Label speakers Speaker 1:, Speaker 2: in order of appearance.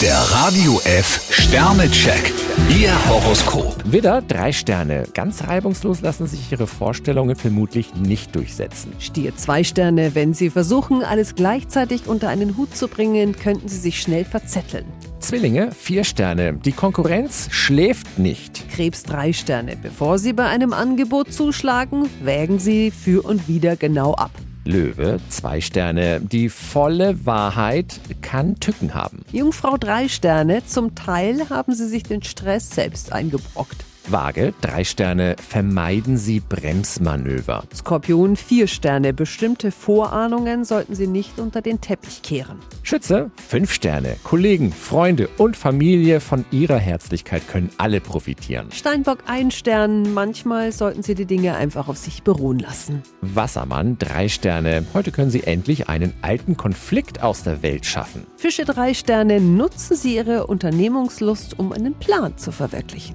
Speaker 1: Der Radio F Sternecheck. Ihr Horoskop.
Speaker 2: Widder, drei Sterne. Ganz reibungslos lassen sich Ihre Vorstellungen vermutlich nicht durchsetzen.
Speaker 3: Stier zwei Sterne, wenn Sie versuchen, alles gleichzeitig unter einen Hut zu bringen, könnten Sie sich schnell verzetteln.
Speaker 2: Zwillinge, vier Sterne. Die Konkurrenz schläft nicht.
Speaker 3: Krebs drei Sterne, bevor Sie bei einem Angebot zuschlagen, wägen Sie für und wieder genau ab.
Speaker 2: Löwe, zwei Sterne. Die volle Wahrheit kann Tücken haben.
Speaker 3: Jungfrau drei Sterne, zum Teil haben Sie sich den Stress selbst eingebrockt.
Speaker 2: Waage, drei Sterne. Vermeiden Sie Bremsmanöver.
Speaker 3: Skorpion vier Sterne, bestimmte Vorahnungen sollten Sie nicht unter den Teppich kehren.
Speaker 2: Schütze, fünf Sterne. Kollegen, Freunde und Familie von Ihrer Herzlichkeit können alle profitieren.
Speaker 3: Steinbock ein Stern, manchmal sollten Sie die Dinge einfach auf sich beruhen lassen.
Speaker 2: Wassermann, drei Sterne. Heute können Sie endlich einen alten Konflikt aus der Welt schaffen.
Speaker 3: Fische drei Sterne, nutzen Sie Ihre Unternehmungslust, um einen Plan zu verwirklichen.